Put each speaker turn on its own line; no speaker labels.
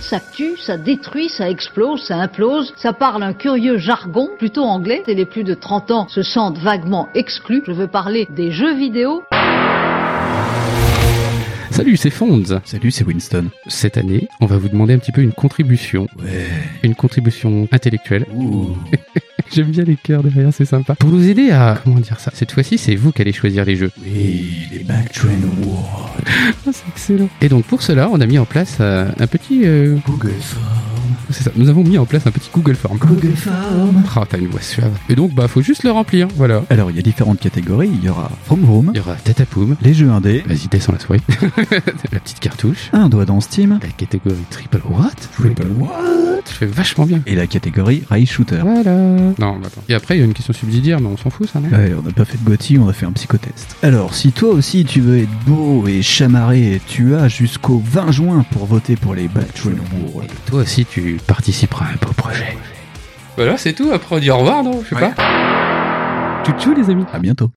ça tue, ça détruit, ça explose, ça implose, ça parle un curieux jargon plutôt anglais et les plus de 30 ans se sentent vaguement exclus. Je veux parler des jeux vidéo.
Salut, c'est Fonds.
Salut, c'est Winston.
Cette année, on va vous demander un petit peu une contribution,
Ouais.
une contribution intellectuelle.
Ouh.
J'aime bien les cœurs derrière, c'est sympa. Pour nous aider à comment dire ça. Cette fois-ci, c'est vous qui allez choisir les jeux.
Oui, les Backtrain Awards.
Ah, c'est excellent. Et donc pour cela, on a mis en place euh, un petit. euh,
Google Form.
c'est ça. Nous avons mis en place un petit Google Form.
Google Form.
Ah, t'as une voix suave. Et donc, bah, faut juste le remplir. Voilà.
Alors, il y a différentes catégories. Il y aura From Home,
Il y aura Tatapoum.
les jeux indés,
Vas-y, descends la souris. la petite cartouche.
un doigt dans Steam,
La catégorie triple what
Triple What
Tu fais vachement bien.
et la catégorie Rail Shooter.
Voilà. Non, bah, attends. Et après, il y a une question subsidiaire, mais on s'en fout, ça, non
Ouais, on n'a pas fait de Gotti, on a fait un psychotest. Alors, si toi aussi tu veux être beau et chamarré, tu as jusqu'au 20 juin pour voter pour les Backtrain Awards.
Et Toi aussi, tu participeras à un beau projet. Voilà, c'est tout. Après, on dit au revoir, non Je sais pas. Tchou tchou, les amis.
À bientôt.